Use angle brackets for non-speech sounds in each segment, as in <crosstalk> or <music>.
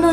の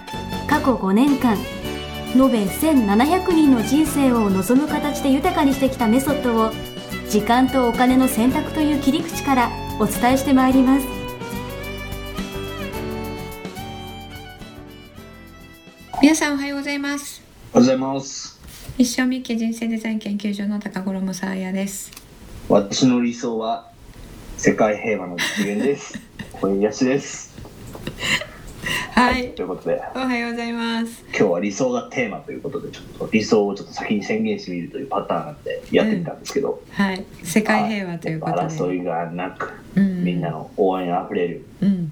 過去5年間延べ1700人の人生を望む形で豊かにしてきたメソッドを時間とお金の選択という切り口からお伝えしてまいります皆さんおはようございますおはようございます。一生みっけ人生デザイン研究所の高衣さあやです私の理想は世界平和の実 <laughs> 現です。小林です。はいということで、おはようございます今日は理想がテーマということで、ちょっと理想をちょっと先に宣言してみるというパターンなんでやってみたんですけど、はい世界平和ということで、争いがなく、うんみんなの応援あふれるうん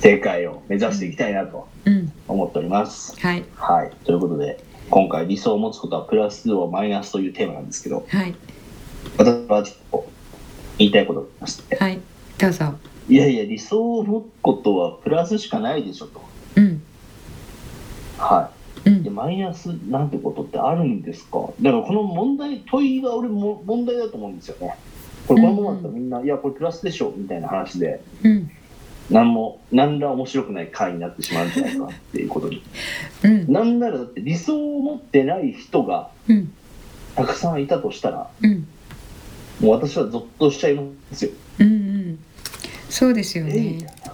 世界を目指していきたいなとうん思っております。はいはい、ということで、今回理想を持つことはプラスをマイナスというテーマなんですけど、はい私はちょっと言いたいことがありまして、はいどうぞいやいや、理想を持つことはプラスしかないでしょと。うんはうい、でんマイナスなんてことってあるんですかだからこの問題問いが俺も問題だと思うんですよねこれこのままだったらみんな、いやこれプラスでしょみたいな話でうん何も何ら面白くない回になってしまうんじゃないかっていうことに <laughs> うんなんならだって理想を持ってない人がうんたくさんいたとしたらうんもう私はゾッとしちゃいますよ、うんうんそうですよえみねた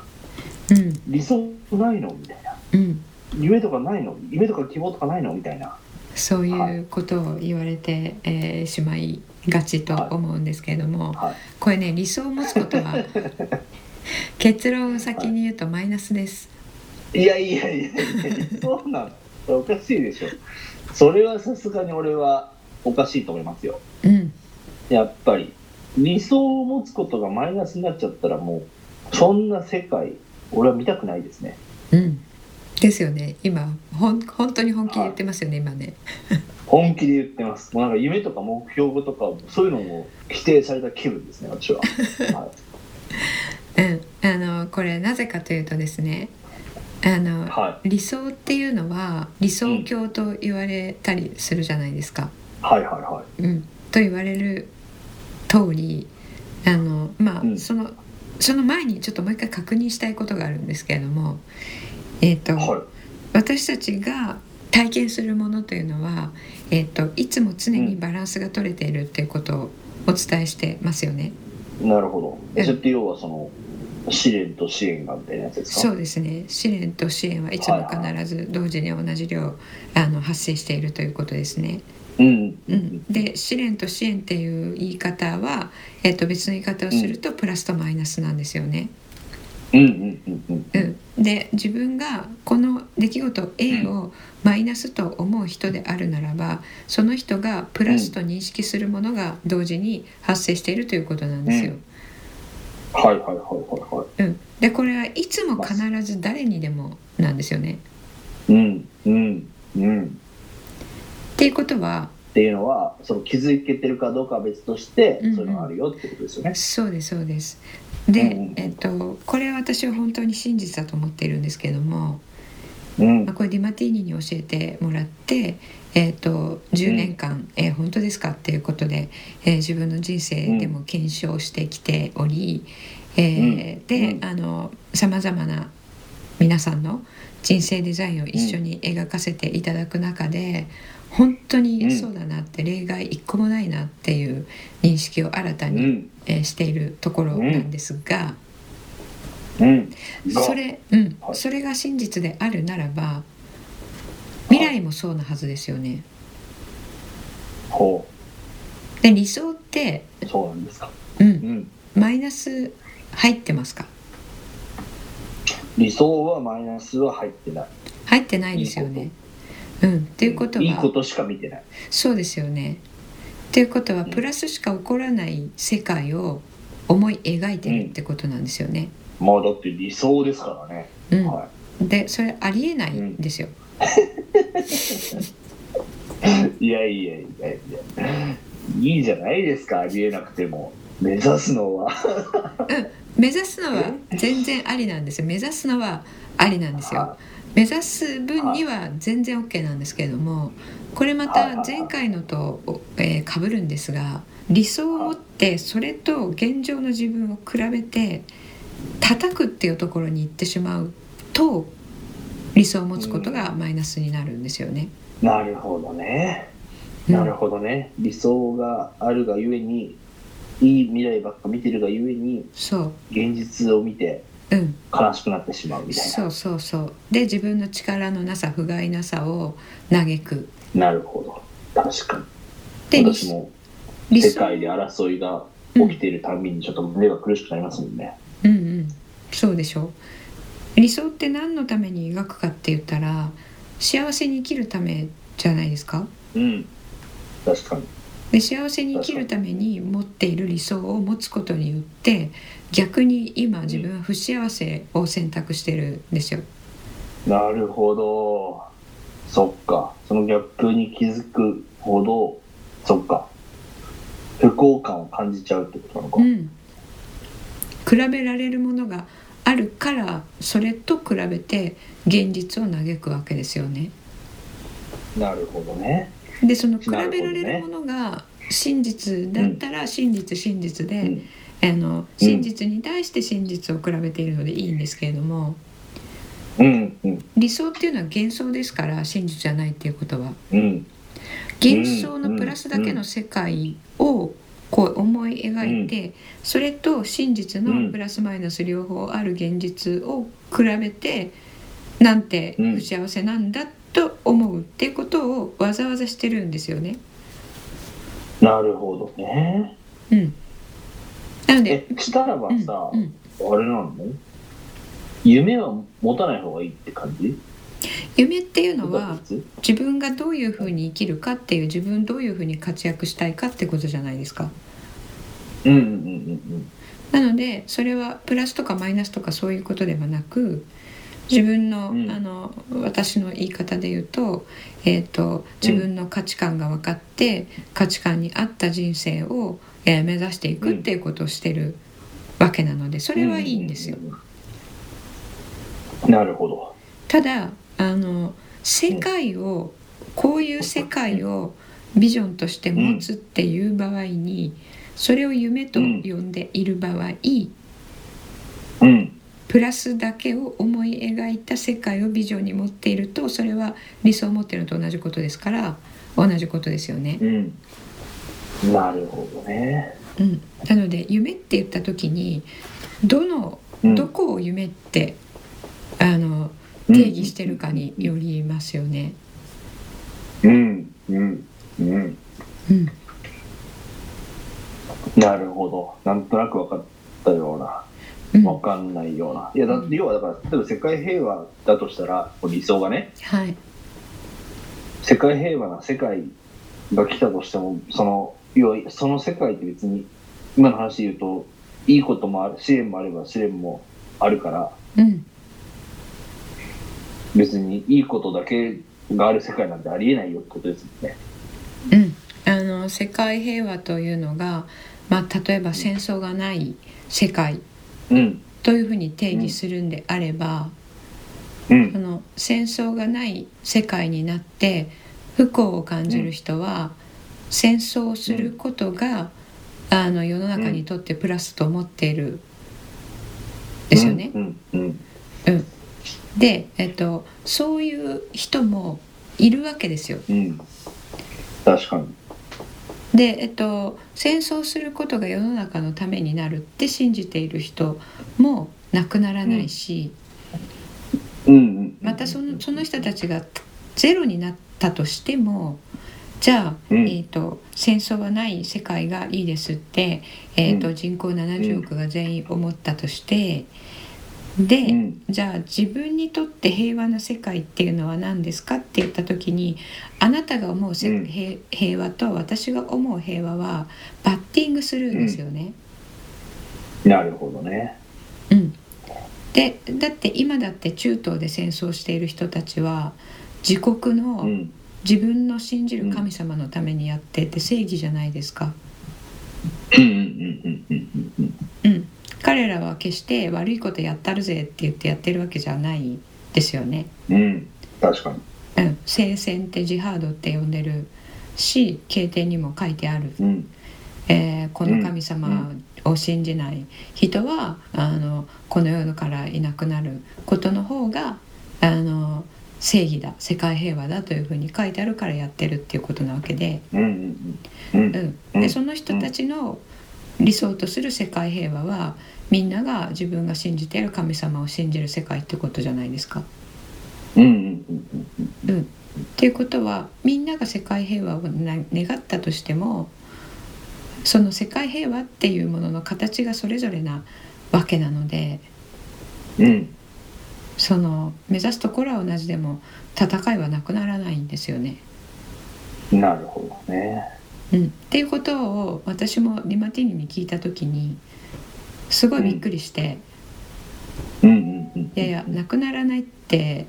いなうん理想ないのみたいなうん夢とかないの夢とか希望とかないのみたいなそういうことを言われて、えーしまいがちと思うんですけれども、はいこれね理想を持つこと <laughs> は結論を先に言うとマイナスです。いやいやいやいや、そうなの。おかしいでしょ。それはさすがに俺はおかしいと思いますよ。うんやっぱり、理想を持つことがマイナスになっちゃったらもう、そんな世界、俺は見たくないですね。うんですよね今ほん本当に本気で言ってますよね今ね。本気で言ってます。もうなんか夢とか目標とか、そういうのも否定された気分ですね、私は。はうん、あのこれなぜかというとですねあの、い。は理想っていうのは理想郷と言われたりするじゃないですか。い、はい、はいはうん、と言われる通りあのまあ、うんそのその前にちょっともう一回確認したいことがあるんですけれども、えっとい。は私たちが体験するものというのは、えっといつも常にバランスが取れているということをお伝えしてますよね。い。なるほど。うえ、んそれって要はその、試練と支援がみたいなやつですそかうですね試練と支援はいつも必ず同時に同じ量あの発生しているということですね。うん。ううんん、。で試練と支援っていう言い方は、えっと別の言い方をするとプラスとマイナスなんですよね。うん。うん。うん。うん。うん、で自分がこの出来事 A をマイナスと思う人であるならばその人がプラスと認識するものが同時に発生しているということなんですよ。はい、はい、はい、はい、はい。うん、でこれはいつも必ず誰にでもなんですよね。うんうんうんっていうことはっていうのはその気づけてるかどうかは別として、うんうんそういうのがあるよってことですよね。そうですそうです。うんうでん、えっと、これは私は本当に真実だと思っているんですけども。うんまあ、これディマティーニに教えてもらって、えー、と10年間、えー本当ですかっていうことで、えー自分の人生でも検証してきており、えーうでんあのさまざまな皆さんの人生デザインを一緒に描かせていただく中で本当にそうだなって例外一個もないなっていう認識を新たうに、んえーしているところなんですが。うんがそれ、うんは、いそれが真実であるならば。未来もそうなはずですよね。ほで、理想って、うそうなんですか。う、うんんマイナス入ってますか。理想はマイナスは入ってない。入ってないですよね。うん、っていうことは、いいことしか見てない。そうですよね。っていうことは、んプラスしか起こらない世界を思い描いてるってことなんですよね。まあだって理想ですからね。うん、はで、それありえないんですよ。いいやいやいやいやいいじゃないですかありえなくても目指すのは目指すのは全然ありなんですよ目指すのはありなんですよ目指す分には全然 OK なんですけれどもこれまた前回のとえー、被るんですが理想ってそれと現状の自分を比べて叩くっていうところに行ってしまうと理想を持つことがマイナスになるんですよね。 <laughs> なるほどねうんなるほどね理想があるがゆえにいい未来ばっか見てるがゆえにそう、現実を見てうん、悲しくなってしまうみたいそうそうそうで自分の力のなさ不甲斐なさを嘆くななるほど確かでに理私も理世想界で争いが起きているたんびにちょっと胸が苦しくなりますもんね、うんうんそうでしょ理想って何のために描くかって言ったら幸せに生きるためじゃないですかうん確かにで幸せに生きるために持っている理想を持つことによって逆に今自分は不幸せを選択してるんですよ。なるほど。そっか。そのギャップに気づくほど、そっか。不幸感を感じちゃうってことなのか。うん、比べられるものがあるからそれと比べて現実を嘆くわけですよね。なるほどね。でその比べならるほどねれるものが真実だったら真実真実で、うんあの真実に対して真実を比べているのでいいんですけれどもうん、うん、理想っていうのは幻想ですから真実じゃないっていうことはうん。幻想のプラスだけの世界をこう思い描いてそれと真実のプラスマイナス両方ある現実を比べてなんて不幸せなんだと思うっていうことをわざわざしてるんですよね。なるほどね。うん、なのえで、したらばうんさ、うんあれなの夢は持たない方がいいって感じ夢っていうのことはは普通自分がどういうふうに生きるかっていう自分どういうふうに活躍したいかってことじゃないですか。うん、うん、うん、なのでそれはプラスとかマイナスとかそういうことではなく自分の,、うんあの私の言い方で言うと,、えー、と自分の価値観が分かって、価値観に合った人生を、えー目指していくっていうことをしてるわけなのでそそれはいいんですよ。。なるほど。ただあの世界をこういう世界をビジョンとして持つっていう場合にそれを夢と呼んでいる場合うん、プラスだけを思い描いた世界をビジョンに持っているとそれは理想を持っているのと同じことですから同じことですよね。うん。なるほどね。うん、なので夢って言った時にどのうんどこを夢ってあの定義してるかによりますよね。うん、うん、うん。うんなるほど。なんとなく分かったような、うん分かんないような。いや、だって要はだから、例えば世界平和だとしたら、理想がね、はい世界平和な世界が来たとしても、その、要はその世界って別に、今の話で言うと、いいこともある、支援もあれば試練もあるから、うん別にいいことだけがある世界なんてありえないよってことですもんね。うん、あの世界平和というのが、まあ、例えば戦争がない世界うん、というふうに定義するんであれば、うんそ、の戦争がない世界になって不幸を感じる人は、戦争をすることが、あの世の中にとってプラスと思っている、ですよね。うん、うん、で、えっと、そういう人もいるわけですよ。うん。確かに。で、えっと、戦争することが世の中のためになるって信じている人も亡くならないし、うん、うん。またそのその人たちがゼロになったとしてもじゃあ、うんえっと戦争はない世界がいいですって、えっうとん人口70億が全員思ったとして、で、うんじゃあ自分にとって平和な世界っていうのは何ですかって言った時にあなたが思うせ、うん平平和と私が思う平和はバッティングするんですよね。なるほどね。うんでだって今だって中東で戦争している人たちは自国うのん自分の信じる神様のためにやってって正義じゃないですか、うんうんうんうんうんうんうん、彼らは決して悪いことやったるぜって言ってやってるわけじゃないですよね、うんうん確かにうん、聖戦ってジハードって呼んでるし経典にも書いてあるうんえーこの神う様を信じない人はあのこの世からいなくなることの方があの正義だ世界平和だというふうに書いてあるからやってるっていうことなわけで,、うんうんうんうん、うでんその人たちの理想とする世界平和はみんなが自分が信じている神様を信じる世界ってことじゃないですか。うんうんうんうんうん、っていうことはみんなが世界平和をな願ったとしてもその世界平和っていうものの形がそれぞれなわけなのでうんその目指すところは同じでも戦いはなくならないんですよね。うんなるほどねうん、っていうことを私もリマティーニに聞いた時にすごいびっくりしてうんうんうん「いやいやなくならないって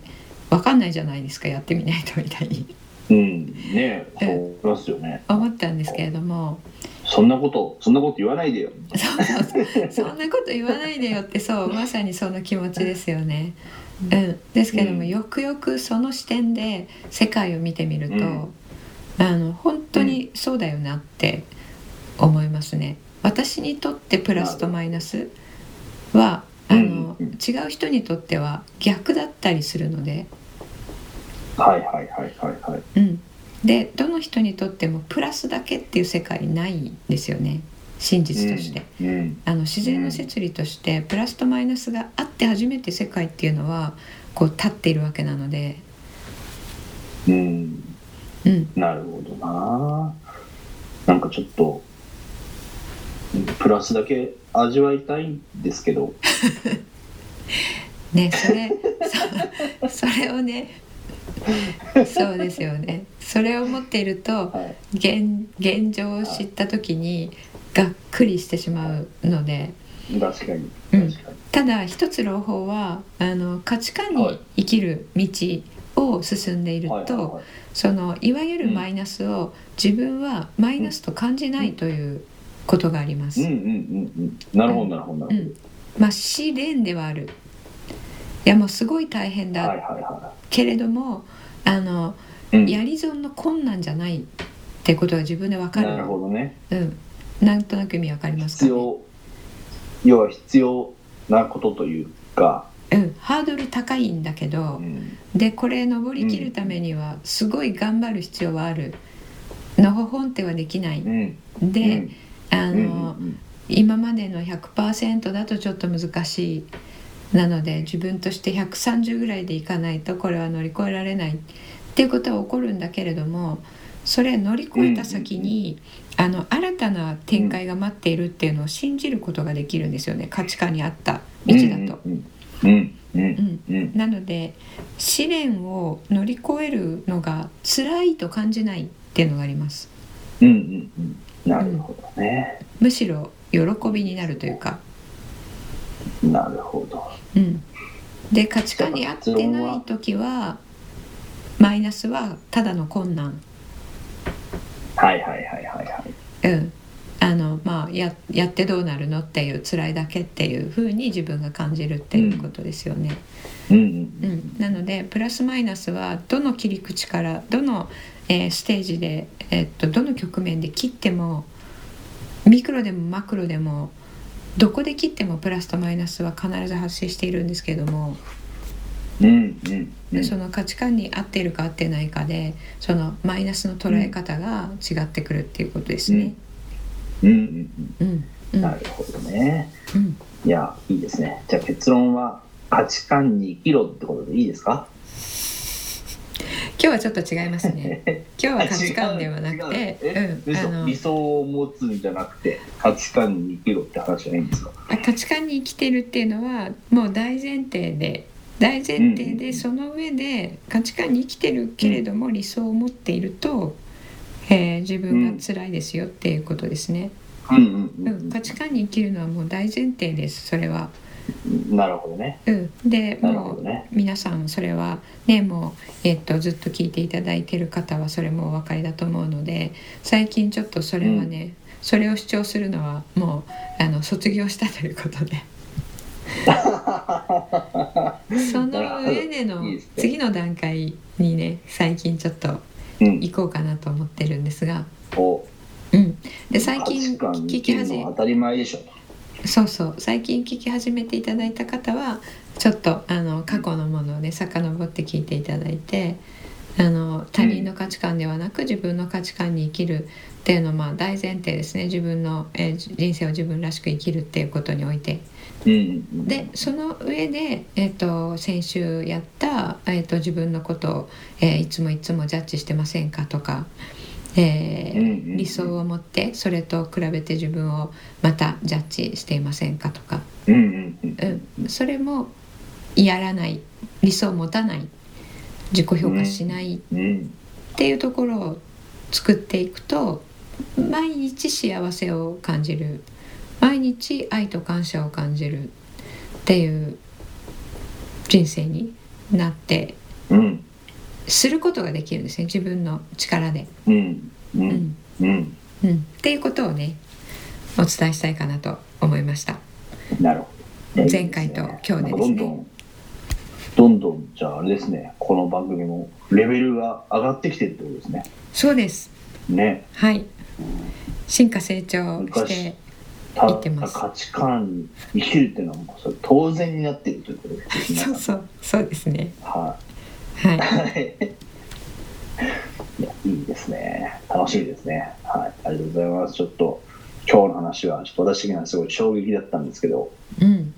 分かんないじゃないですかやってみないと」みたいにうんねえそう思いますよね思ったんですけれども。そんなことそんなこと言わないでよそうそうそうそんなこと言わないでよって <laughs> そうまさにその気持ちですよね。うん、ですけども、うんよくよくその視点で世界を見てみると、うんあの本当にそうだよなって思いますね。私にとってプラスとマイナスはあの、うんうん違う人にとっては逆だったりするので、はいはいはいはいはいうん、でどの人にとってもプラスだけっていう世界ないんですよね真実として。うんあの自然の摂理としてプラスとマイナスがあって初めて世界っていうのはこう立っているわけなので、うんうんうん、なるほどななんかちょっとプラスだけ味わいたいんですけどねそれ <laughs> そそれをねそうですよねそれを持っているとはい現現状を知った時にがっくりしてしまうので確かにうん確かに、ただ一つ朗報はあの価値観はいに生きる道を進んでいるはいはいとはいそのいわゆるマイナスを自分はマイナスと感じないということがありまうす。んうんうんうんなるほどなるほどなうるほど、ん、まあ試練ではある。いやもうすごい大変はいだはいはけれども、あのい、うん、やり損の困難じゃないってことが自分でわかる。なるほどねうん、なんとなく意味わかりますか、必要要は必要なことというか、うん、ハードル高いんだけど、うんでこれ登りきるためにはすごい頑張る必要はある。のほほんてはできない。うんで、あの。うんうん今までの100%だとちょっと難しいなので自分として130ぐらいでいかないとこれは乗り越えられないっていうことは起こるんだけれどもそれ乗り越えた先に、あの新たな展開が待っているっていうのを信じることができるんですよね価値観に合った道だと。うんうんうんうんうんなので試練を乗り越えるのが辛いと感じないっていうのがあります。うんうんうんなるほどね、むしろ喜びになるというかなるほどうん、で価値観に合ってない時はマイナスはただの困難、はいはいはいはいはいうんあのまあ、ややってどうなるのっていう辛いだけっていうふうに自分が感じるっていうことですよね。うんうんなのでプラスマイナスはどの切り口からどの、えーステージで、えっとどの局面で切ってもミクロでもマクロでもどこで切ってもプラスとマイナスは必ず発生しているんですけども。うんうんうんうんその価値観に合っているか合ってないかでそのマイナスの捉え方が違ってくるっていうことですね。うんうんうんううんんなるほどねうんいやいいですねじゃあ結論は価値観に生きろってことでいいですか今日はちょっと違いますね。 <laughs> 今日は価値観ではなくて、違う違うえうん、あ嘘の理想を持つんじゃなくて価値観に生きろって話じゃないんですか価値観に生きてるっていうのはもう大前提で大前提うんでその上で価値観に生きてるけれども理想を持っていると、えー自分が辛いですよっていうことですね。うんうんううん、価値観に生きるのはもう大前提ですそれは。なるほどね。うん、でなるほもどう <laughs> ね。皆さんそれはねもう、えっとずっと聞いていただいてる方はそれもお分かりだと思うので最近ちょっとそれはね、それを主張するのはもうあの卒業したということでその上でのいいですね次の段階にね最近ちょっとうん。行こうかなと思ってるんですが、こうん、でう最価値近観聞ってきいう始のめは当たり前でしょ。そうそう最近聞き始めていただいた方はちょっとあの過去のものをね遡って聞いていただいてあの他人の価値観ではなく自分の価値観に生きるっていうのはまあ大前提ですね自分の、えーじ人生を自分らしく生きるっていうことにおいて。うんうん。でその上で、えー、と先週やった、えー、と自分のことを、えーいつもいつもジャッジしてませんかとか。えーうんうんうん理想を持ってそれと比べて自分をまたジャッジしていませんかとか、うんうんうん。うん、それもやらない理想を持たない自己評価しないっうん。ていうところを作っていくと毎日幸せを感じる毎日愛と感謝を感じるっていう人生になってうん。することができるんですね自分の力で。うん。う。うんんうん。うん、っていうことをねお伝えしたいかなと思いました。なるほど。前回と今日でですねどんどん、どんどん、じゃああれですね、この番組もレベルが上がってきてるってことですね。そうですね。はい進化成長してた言ってます価値観に生きるっていうのはもうそれ当然になってるということです、そうそうそうですねははいい。いや、いいですね。楽しみですね。はい。ありがとうございます。ちょっと、今日の話は、ちょっと私的にはすごい衝撃だったんですけど、うん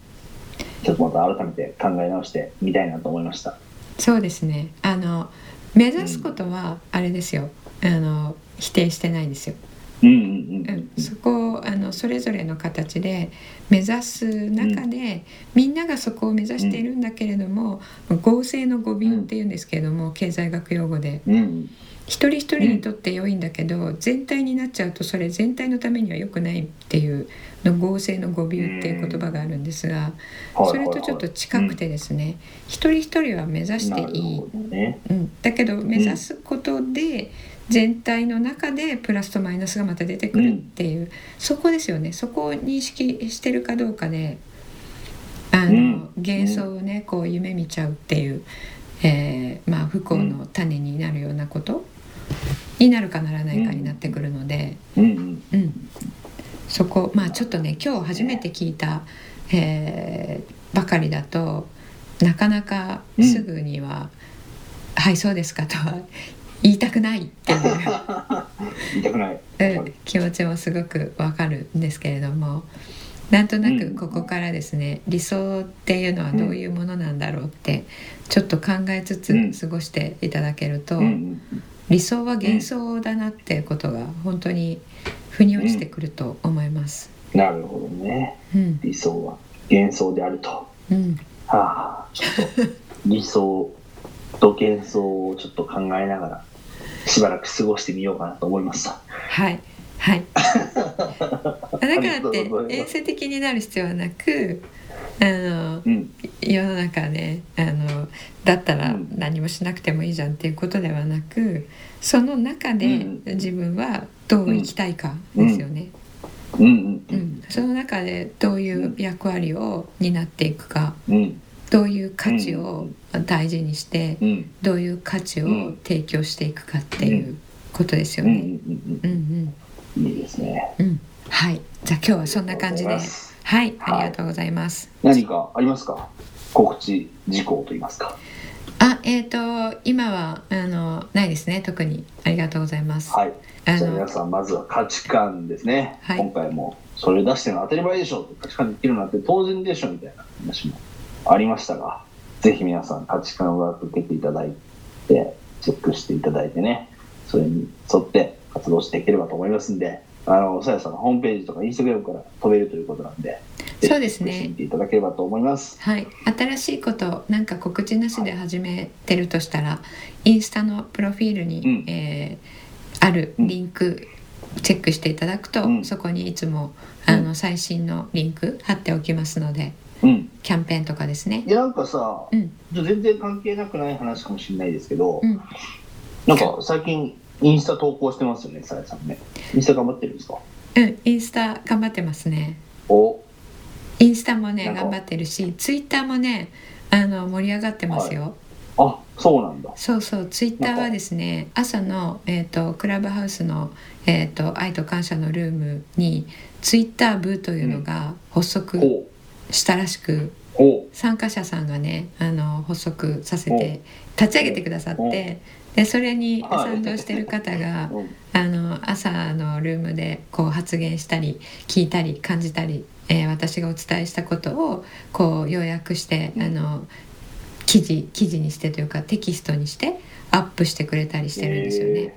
ちょっとまた改めて考え直してみたいなと思いました。そうですねあの目指すことはあれですよあの否定してないんですよ、うんうんうんううんん、。そこをあのそれぞれの形で目指す中で、みんながそこを目指しているんだけれども、合成の語尾っていうんですけれども、経済学用語でうん一人一人にとって良いんだけど、全体になっちゃうとそれ全体のためには良くないっていうの合成の語尾っていう言葉があるんですが、はいそれとちょっと近くてですね、一人一人は目指してはいはいいなるほどね。うん、だけど目指すことで全体の中でプラスとマイナスがまた出てくるっていう、そこですよねそこを認識してるかどうかであの、うん幻想をねこう夢見ちゃうっていう、えーまあ、不幸の種になるようなことになるかならないかになってくるので、うんうん。うん、そこまあちょっとね今日初めて聞いた、えーばかりだとなかなかすぐには「はいそうですか」とは <laughs> 言いたくないっていう、痛くない。 <laughs> うん気持ちもすごくわかるんですけれどもなんとなくここからですね理想っていうのはどういうものなんだろうってちょっと考えつうんつ過ごしていただけるとうんうん理想は幻想だなっていうことが本当に腑に落ちてくると思います。なるほどね。うん理想は幻想であると。うん、はあ、ちょっと理想と幻想をちょっと考えながら、しばらく過ごしてみようかなと思いました。はいはい <laughs> だからっありがとうございてます遠征的になる必要はなくあのうん、世の中ねあのだったらうん何もしなくてもいいじゃんっていうことではなくその中でうん自分はどう生きたいかですよね、うん、うんう、ん、その中でどういう役割を担っていくかうん、どういう価値を大事にしてうん、どういう価値をうん提供していくかっていうことですようん、うん、うね。んうんうんうん、いいですね。うん、はい、じゃあ今日はそんな感じで、ありがとうございはますい、ありがとうございます。何かありますか告知事項と言いますか。あ、えっ、と今はあのないですね、特にありがとうございます。はい。あじゃあ皆のさん、まずは価値観ですね。はい今回も、それ出してるの当たり前でしょ。価値観できるなんて当然でしょ、みたいな話もありましたが、ぜひ皆さん価値観を受けていただいて、チェックしていただいてね、それに沿って活動していければと思いますんで、あの、さやさんのホームページとかインスタグラムから飛べるということなんで、ぜひそうですねチェックしてみていただければと思います。はい、新しいことなんか告知なしで始めてるとしたら、インスタのプロフィールに、うんえーあるリンク、チェックしていただくと、うんそこにいつもあうの最新のリンク貼っておきますので、うん。キャンペーンとかですねい。や、なんかさ、うんちょ全然関係なくない話かもしれないですけど、うんなんか最近インスタ投稿してますよね、さやさんね。インスタ頑張ってるんですかうん、インスタ頑張ってますね。お、インスタもねなんか頑張ってるし、ツイッターもねあの盛り上がってますよ。あ、そうなんだ。そうそうツイッターはですね朝の、えー、とクラブハウスの、えーと「愛と感謝」のルームにツイッター部というのが発足ほしたらしく、う、ほ参加者さんがねあの発足させて立ち上げてくださってでそれにはい賛同してる方 <laughs> がう。うんあの朝のルームでこう発言したり聞いたり感じたり、えー私がお伝えしたことをこう要約して、うんあの記事記事にしてというかテキストにしてアップしてくれたりしてるんですよね。え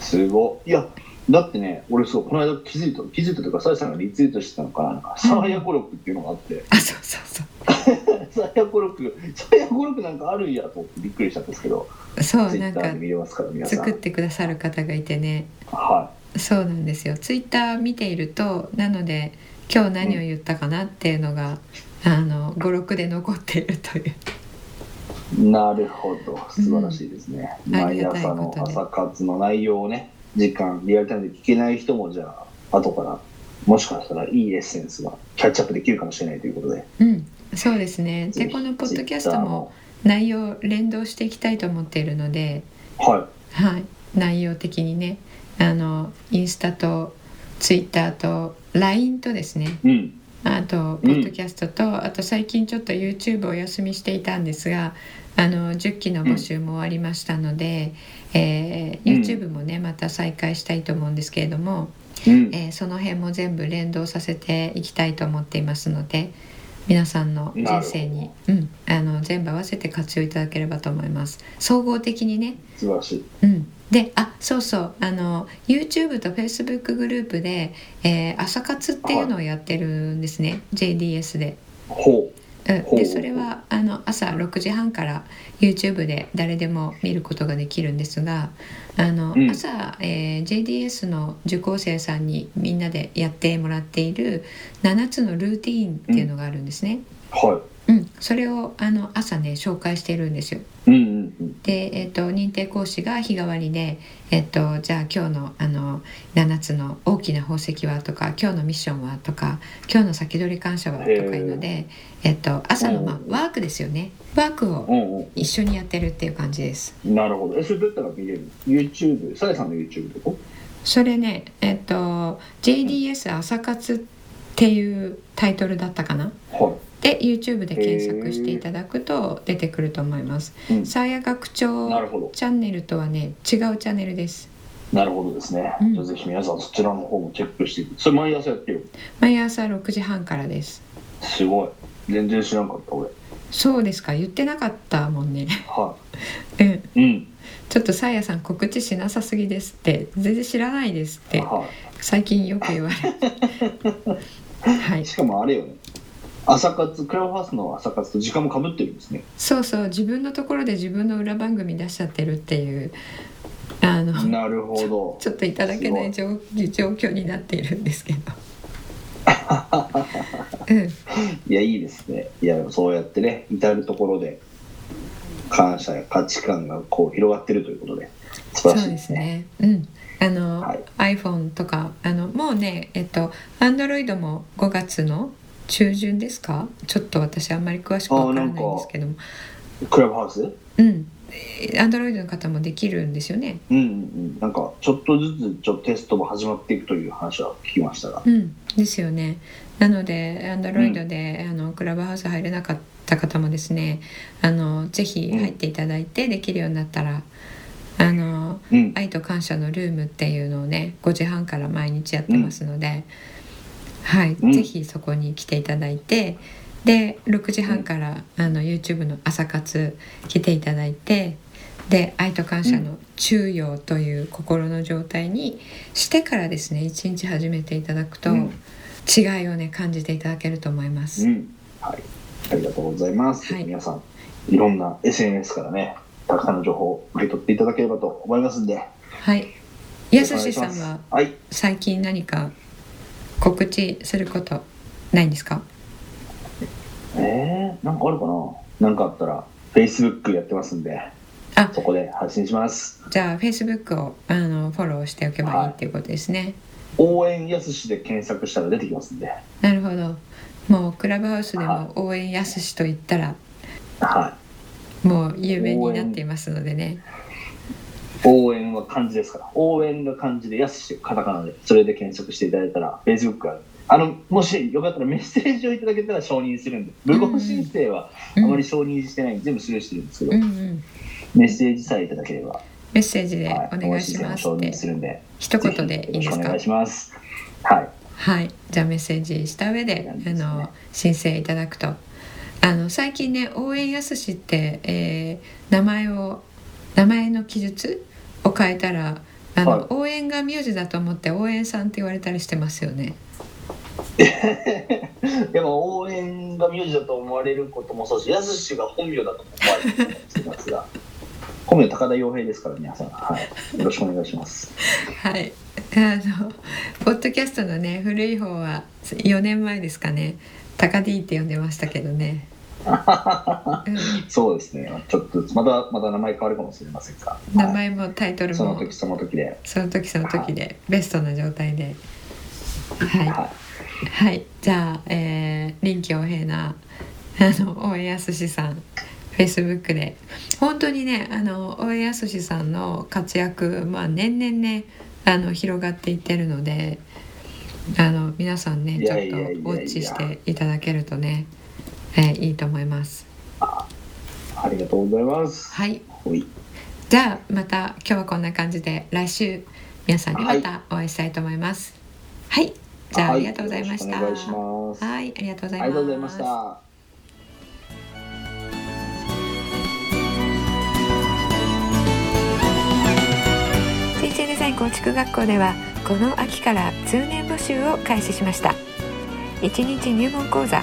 ーすごい。いや、だってね、俺そう、この間気づいた、気づいたというか、さやさんがリツイートしてたのかな、なんか、サーヤコロクっていうのがあって、あそうそうそ <laughs> サーヤコロク、サーヤコロクなんかあるんやと思ってびっくりしたんですけど、うそうツイなんッタかーで見れますから、皆さん。作ってくださる方がいてねはそうなんですよツイッター見ているとなので今日何を言ったかなっていうのが、あの56で残っているという。い。なるほど。素晴らしいですね。うんあり毎がたい朝このとで朝活の内容をね、時間、リアルタイムで聞けない人も、じゃあ、後から、もしかしたらいいエッセンスがキャッチアップできるかもしれないということで。うん、そうですねぜでひこのポッドキャスト Twitter も内容連動していきたいと思っているので、ははい、内容的にねあのインスタとツイッターと LINE とですねい。うん。あとポッドキャストと、あと最近ちょっと YouTube お休みしていたんですがあの10期の募集も終わりましたので、えー YouTube もねまた再開したいと思うんですけれども、うん。えーその辺も全部連動させていきたいと思っていますので皆さんの人生に、うん、あの全部合わせて活用いただければと思います総合的にね、素晴らしい。うん、であそうそうあの YouTube と Facebook グループで、えー朝活っていうのをやってるんですね、JDS で。ほうんほうでそれはあの朝6時半から YouTube で誰でも見ることができるんですがあの、うん朝、えー JDS の受講生さんにみんなでやってもらっている7つのルーティーンっていうのがあるんですね。う。はい。うんそれをあの朝ね紹介してるんですよ。うんうんうん。で、えっと認定講師が日替わりで、えっとじゃあ今日のあの7つの大きな宝石はとか今日のミッションはとか今日の先取り感謝はとかいうので、えっと朝の、まあう、んワークですよねワークうをんう一緒にやってるっていう感じです。ん。なるほど。え、それどうやったら見れる ?YouTube、さやさんの YouTube でこそれね、えっと JDS 朝活っていうタイトルだったかなはで YouTube で検索していただくと出てくると思います。い。うん。さや学な長るほど。チャンネルとはね違うチャンネルです。なるほどですね。うんじゃあぜひ皆さんそちらの方もチェックしていく。それ毎朝やってよ。毎朝6時半からですすごい。全然知らんかった、俺。そうですか言ってなかったもんね <laughs> はうんい。うん。ちょっとさあやさん告知しなさすぎですって全然知らないですっては最近よく言われる <laughs> はいい。しかもあれよね。朝活、クラブハウスの朝活と時間もかぶってるんですね。そうそう自分のところで自分の裏番組出しちゃってるっていうあのなるほど。ちょっといただけない状状況になっているんですけ <laughs> どうんいや、いいですね。いや、でもそうやってね、至るところで、感謝や価値観がこう広がってるということで、素晴らそしういでですすね。ね。うん。あの、はい iPhone とかあのもうねえっと Android も5月の中旬ですか？ちょっと私あんまり詳しくわからないんですけども、クラブハウスうんうん。えー Android の方もできるんですよね。うんうん。なんか、ちょっとずつちょっとテストも始まっていくという話は聞きましたが。うん。ですよね。なので Android で、あのクラブハウス入れなかった方もですね、あのぜひ入っていただいてできるようになったら、あのうん。愛と感謝のルームっていうのをね5時半から毎日やってますので、はい、うんぜひそこに来ていただいてで6時半から、あの YouTube の朝活来ていただいてで愛と感謝の中陽という心の状態にしてからですね一日始めていただくと、うん違いをね感じていただけると思います。うん。はい。ありがとうございます。はい皆さん、いろんな SNS からね、たくさんの情報を受け取っていただければと思いますんで。はい、やすしさお願いんしまはすはい。最近何か告知することないんですかえー、なんかあるかななんかあったら、Facebook やってますんで、あそこで発信します。じゃあフェイスブックをあのフォローしておけばいいっていうことですね、応援やすしで検索したら出てきますんで、なるほどもうクラブハウスでも応援やすしと言ったらはもう有名になっていますのでねい。応援は漢字ですから、応援が漢字で、やすしカタカナで、それで検索していただいたら、Facebook がある。あの、もしよかったらメッセージをいただけたら承認するんで、無言申請はあうんまり承認してないんで、全部スルーしてるんですけどう、んうんメッセージさえいただければ、メッセージではお願いします承って認するんで、一言でいいでぜひよろすしくおか願いします。はい。はい、じゃあメッセージした上でなんあですねの申請いただくとあの最近ね応援やすしって、えー名前を名前の記述を変えたらあの、はい応援が名字だと思って応援さんって言われたりしてますよね。でも応援が名字だと思われることもそうし、やすしが本名だと思われることもそうですが、 <laughs> 本名高田洋平ですから皆さん、はい、よろしくお願いします。はい、あのポッドキャストのね古い方は4年前ですかね「タカディ」って呼んでましたけど <laughs> ね。うんそうですね、ちょっとまたまた名前変わるかもしれませんが、名は前もタイトいルそのも時その時で、その時その時でベストな状態で。はいははい、じゃあ、えー、臨機応変なあの大江康史さん、フェイスブックで本当にね、あの大江康史さんの活躍、まあ年々ね、あの広がっていってるので、あの皆さんね、いちょっやといやいやいやウォッチしていただけるとね、えーいいと思います。い、ありがとうございます。はい、はい、じゃあまた今日はこんな感じで来週皆さんにまたお会いしたいと思います。はい、じゃあ、はありがとうございました。よろしくお願いします。はい、ありがとうございます。ありがとうございました。水中デザイン構築学校ではこの秋から通年募集を開始しました1日入門講座